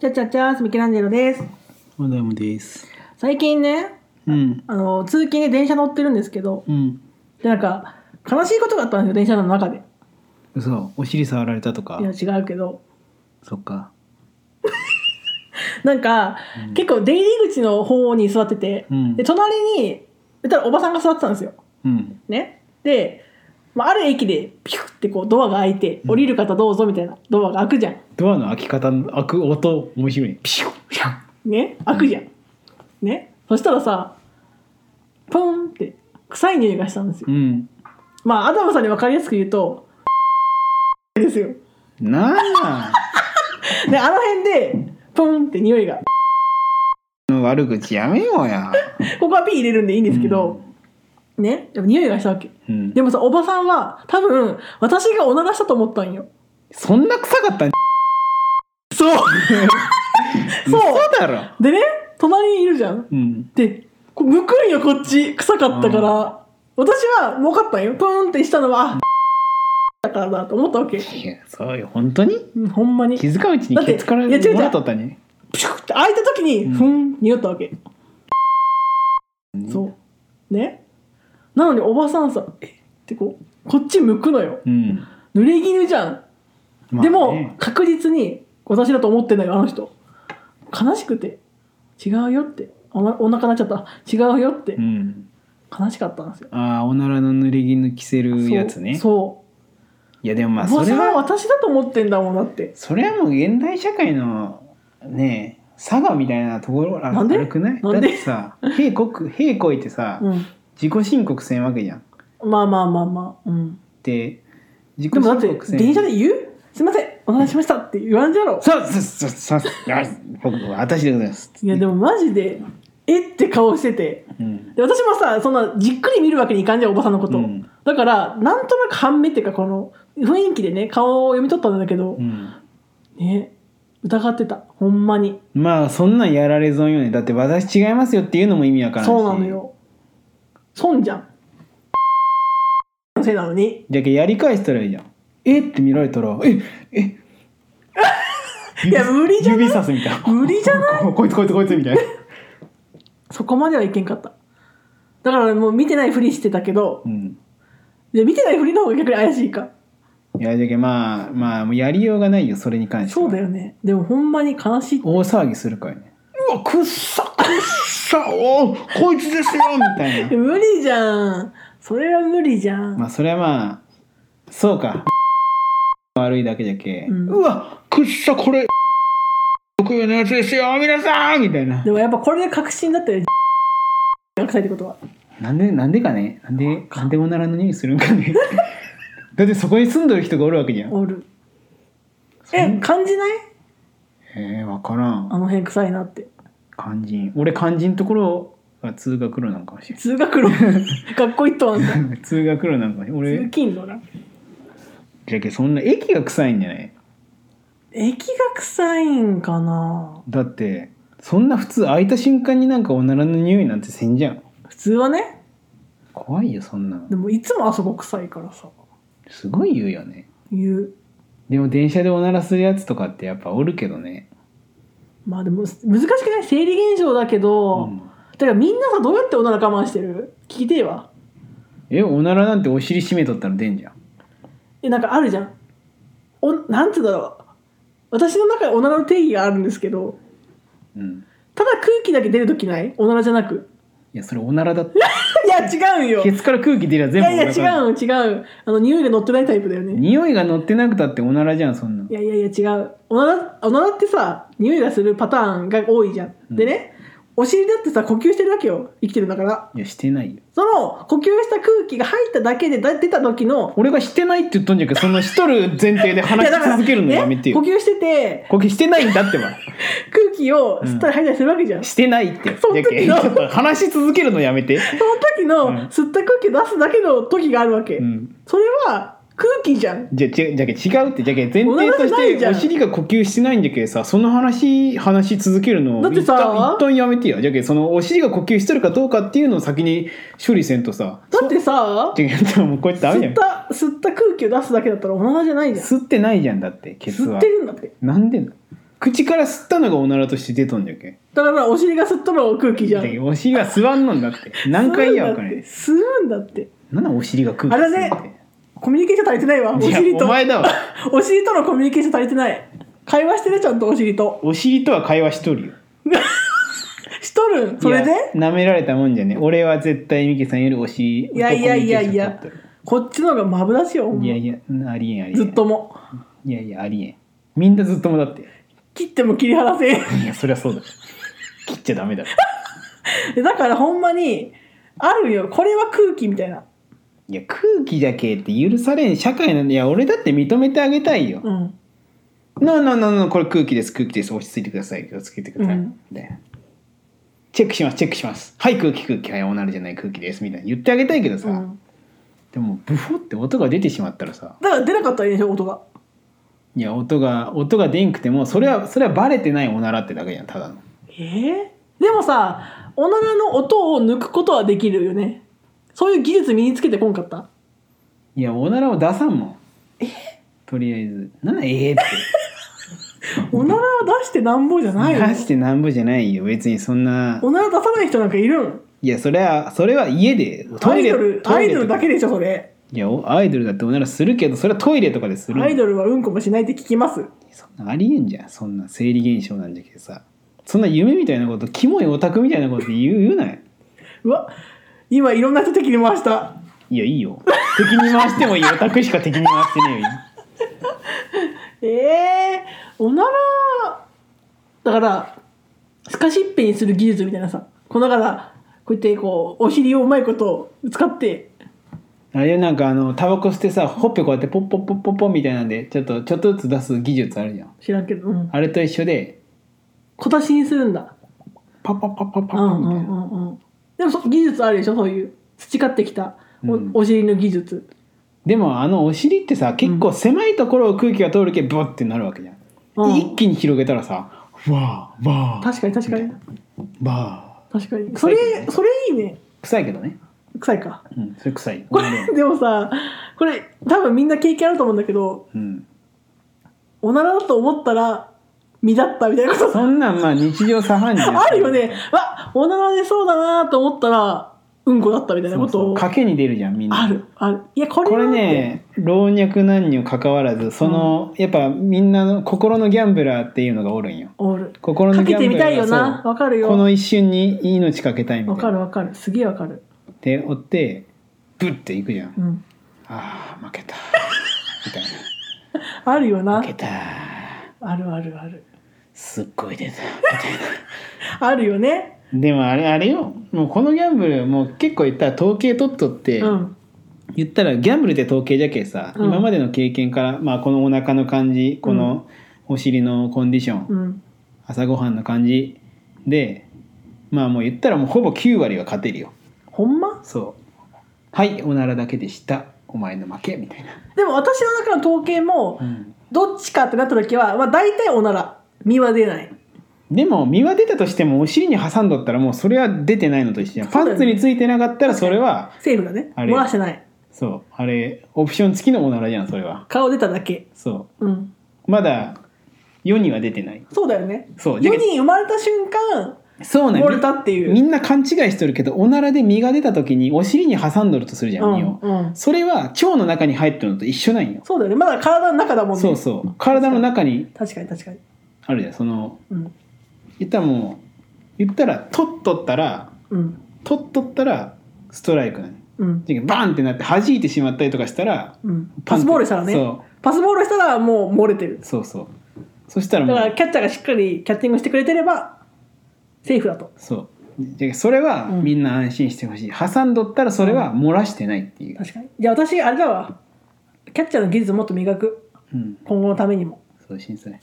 ちゃちゃちゃーす、ミケランジェロです。マダムです。最近ね、うん。あの、通勤で電車乗ってるんですけど、うん。で、なんか、悲しいことがあったんですよ、電車の中で。嘘。お尻触られたとかい。や、違うけど。そっか。なんか、結構出入り口の方に座ってて、うんで、隣に、言ったらおばさんが座ってたんですよ。うん。ね。で、まあ、ある駅でピュッてこうドアが開いて、降りる方どうぞみたいなドアが開くじゃん。ドアの開き方の開く音面白いね。ピシュッピシュッ。ね開くじゃん。ね。そしたらさ、ポンって臭い匂いがしたんですよ。うん。まあ、アダムさんに分かりやすく言うと、ですよ。なあ。で、あの辺で、ポンって匂いが。悪口やめようや。ここはピー入れるんでいいんですけど、ね、やっぱ匂いがしたわけ。うん。でもさ、おばさんは、多分、私がおならしたと思ったんよ。そんな臭かったん。 そうそ嘘うだろ。でね、隣にいるじゃん。うん。で、こう向くんよ、こっち。臭かったから。私は、もうかったんよ。ポンってしたのは、あだからだと思ったわけ。いや、そうよ。本当に。うんほんまに。気づかうちにだってケツからいや違う違うもらっとったね。プシュッて開いた時にうんふん匂ったわけ、そうねなのにおばさんさえってこうこっち向くのようん。濡れ衣じゃん、まあねでも確実に私だと思ってんだよあの人悲しくて違うよっておなお腹なっちゃった違うよってうん。悲しかったんですよ、ああ、おならの濡れ衣着せるやつね。そういや、でもまあ、そうおそばれさんはは。私だと思ってんだもんだってそれはもう現代社会のねえ佐賀みたいなところあなんで悪くないなんでだって さ兵国兵こいてさ、うん自己申告せんわけじゃん。まあまあまあまあうんで自己でもだっ申て告せん。電車で言うすいませんお話ししましたって言わんじゃろさあさあさあさあさあ僕私でございます。いやでもマジでえって顔しててうんで私もさそんなじっくり見るわけにいかんじゃんおばさんのこと、うんだからなんとなく半目っていうかこの雰囲気でね顔を読み取ったんだけどう、んね疑ってたほんまにまあそんなんやられ損よねだって私違いますよっていうのも意味わからんしそうなのよ損じゃんのせいなのにじゃけやり返したらいいじゃんえって見られたらええ いや無理じゃない指さすみた いな無理じゃないここいつこいつこいつみたいなそこまではいけんかっただからもう見てないふりしてたけどうんで見てないふりの方が逆に怪しいかいやじゃけまあまあもうやりようがないよそれに関してはそうだよねでもほんまに悲しい大騒ぎするからねうわくっさくっさおうこいつ ですよみたいな無理じゃんそれは無理じゃん、まあそれはまあそうか悪いだけじゃけ、ううんわくっさこれ得意なやつですよ皆さんみたいなでもやっぱこれで確信だったよが臭いってことはなんでなんでかねなんでなんでおならの匂いするんかね だってそこに住んどる人がおるわけじゃんおるえ感じないえー、分からんあの辺臭いなって肝心俺肝心ところが通学路なんかもしれん通学路 学校行ったわあんた 通学路なんかもしれん通俺勤路だじゃけそんな駅が臭いんじゃない駅が臭いんかなだってそんな普通開いた瞬間になんかおならの匂いなんてせんじゃん普通はね怖いよそんなんでもいつもあそこ臭いからさすごい言うよね言うでも電車でおならするやつとかってやっぱおるけどね、まあでも難しくない生理現象だけど、うんだからみんなさどうやっておなら我慢してる聞きてえわえおならなんてお尻締めとったら出んじゃんえなんかあるじゃんおなんて言うんだろう私の中でおならの定義があるんですけどうんただ空気だけ出るときないおならじゃなくいやそれおならだっていや違うんよケツから空気出りゃい全部やいやおなら違う違うあの匂いが乗ってないタイプだよね匂いが乗ってなくたっておならじゃんそんなんいやいやいや違うおならおならってさ匂いがするパターンが多いじゃん、うんでねお尻だってさ呼吸してるわけよ生きてるんだからいやしてないよその呼吸した空気が入っただけでだ出た時の俺がしてないって言っとんじゃけどそんなしとる前提で話いやだしから続けるのやめてよね呼吸しててこけしてないんだってば空気を吸ったり吐いたりするわけじゃん、してないって そのじゃ時けちのょっと話し続けるのやめてその時うのん吸った空気を出すだけの時があるわけ、うんそれは空気じゃんじゃじゃじゃけ違うってじゃけ前提とお腹ないしじてゃんお尻が呼吸してないんじゃけさその話話し続けるのをだってさ一旦一旦やめてやじゃけそのお尻が呼吸してるかどうかっていうのを先に処理せんとさだってさじゃけもうこうやってダメじ吸っゃんた吸った空気を出すだけだったらおならじゃないじゃん吸ってないじゃんだってケツ吸はってるんだってなんでな口から吸ったのがおならとして出とんじゃけだからお尻が吸っとる空気じゃんでお尻が吸わんのんだって何回やわか吸うんだってね吸うんだってなんなんお尻が空気あれ吸ねうってコミュニケーション足りてないわおいや尻とお前だわ お尻とのコミュニケーション足りてない会話してねちゃんとお尻とお尻とは会話しとるよしとるんそれでなめられたもんじゃね俺は絶対ミキさんよりお尻いやいやいやいや男に意見しとっこっちの方がマブだしよほんとるまいやいやありえんありえんずっともいやいやありえんみんなずっともだって切っても切り離せん いやそりゃそうだ切っちゃダメだろでだからほんまにあるよこれは空気みたいないや空気じゃけえって許されん社会なんでいや俺だって認めてあげたいようんなあなあなあなあこれ空気です空気です落ち着いてください気をつけてください、うんみたいなチェックしますチェックしますはい空気空気はいおなるじゃない空気ですみたいな言ってあげたいけどさ、うんでもブフォって音が出てしまったらさだから出なかったらいいでしょ音がいや音が音が出んくてもそれはそれはバレてないおならってだけじゃんただのえー、でもさおならの音を抜くことはできるよねそういう技術身につけてこんかったいやおならを出さんもんとりあえずなんだええっておならは出してなんぼじゃ ないよ出してなんぼじゃないよ別にそんなおなら出さない人なんかいるんいやそれはそれは家でアイドルトアイイレドルとかだけでしょそれいやおアイドルだっておならするけどそれはトイレとかでするアイドルはうんこもしないって聞きますそんなありえんじゃんそんな生理現象なんじゃけどさそんな夢みたいなことキモいオタクみたいなこと言う言うなようわ今いろんな人的に回したいやいいよ敵に回してもいいオタクしか敵に回してねえよええー、おならだから透かしっぺにする技術みたいなさこうだからこうやってこうお尻をうまいこと使ってあれなんかあのタバコ吸ってさほっぺこうやってポッポッポッポッポンみたいなんでちょっとちょっとずつ出す技術あるじゃん知らんけど、うん、あれと一緒で小出しにするんだパッパッパッパッパうッんうパみたいな、んうんうんでもそ技術あるでしょそういう培ってきたお,、うんお尻の技術でもあのお尻ってさ結構狭いところを空気が通るけブッってなるわけじゃん、うん一気に広げたらさわあわあ確かに確かにわあ確かにそ臭いけどねれそれいいね臭いけどね臭いかうんそれ臭いこれ でもさこれ多分みんな経験あると思うんだけどうん、おならだと思ったら身だったみたいなことそんなんまあ日常茶飯事 だあるよね。わおなら出そうだなと思ったら、うんこだったみたいなそこうとそうを。賭けに出るじゃんみんなある、ある。いや、これこはれ、ね老若男女かかわらずその、やっぱみんなの心のギャンブラーっていうのがおるんよオール。心かのギけャてンブみラたーいよな。がわかるそうよ。この一瞬に命かけたいみたわいなかるわかる。すげえわかる。で追ってブッていくじゃん、うん。あー負けたみたいあるよなな負。けたあるあるある。すっごい出たあるよね。でもあれあれよもうこのギャンブルもう結構言ったら統計取っとって、うん。言ったらギャンブルって統計じゃけさ、うん今までの経験から、まあ、このお腹の感じこのお尻のコンディション、うん。朝ごはんの感じでまあもう言ったらもうほぼ9割は勝てるよほんまそうはいおならだけでしたお前の負けみたいな、でも私の中の統計も、どっちかってなった時は、まあ大体おなら。身は出ない。でも身は出たとしてもお尻に挟んどったらもうそれは出てないのと一緒じゃそん、うパだよねンツについてなかったらそれはセーフだね。あれ漏らしてない。そうあれオプション付きのおならじゃんそれは顔出ただけ。そうん。うまだ世には出てないそうだよね。そう世に生まれた瞬間、そうなん漏れたっていう。みんな勘違いしとるけどおならで身が出た時にお尻に挟んどるとするじゃん身を、うんうん、それは腸の中に入ってるのと一緒なんよそうだよねまだ体の中だもんねそうそう体の中に確かに確かに、あるじゃんそのうん言ったらもう言ったら取っとったらうん取っとったらストライクなのうんじゃけんバンってなって弾いてしまったりとかしたらうん、パパンってスボールしたらねそパスボールしたらもう漏れてるうそうそうそしたらだもからうキャッチャーがしっかりキャッティングしてくれてればセーフだとそうじゃけんそれはうんみんな安心してほしい挟んどったらそれは漏らしてないっていう、確かにじゃあ私あれだわキャッチャーの技術もっと磨くうん、今後のためにもそう心配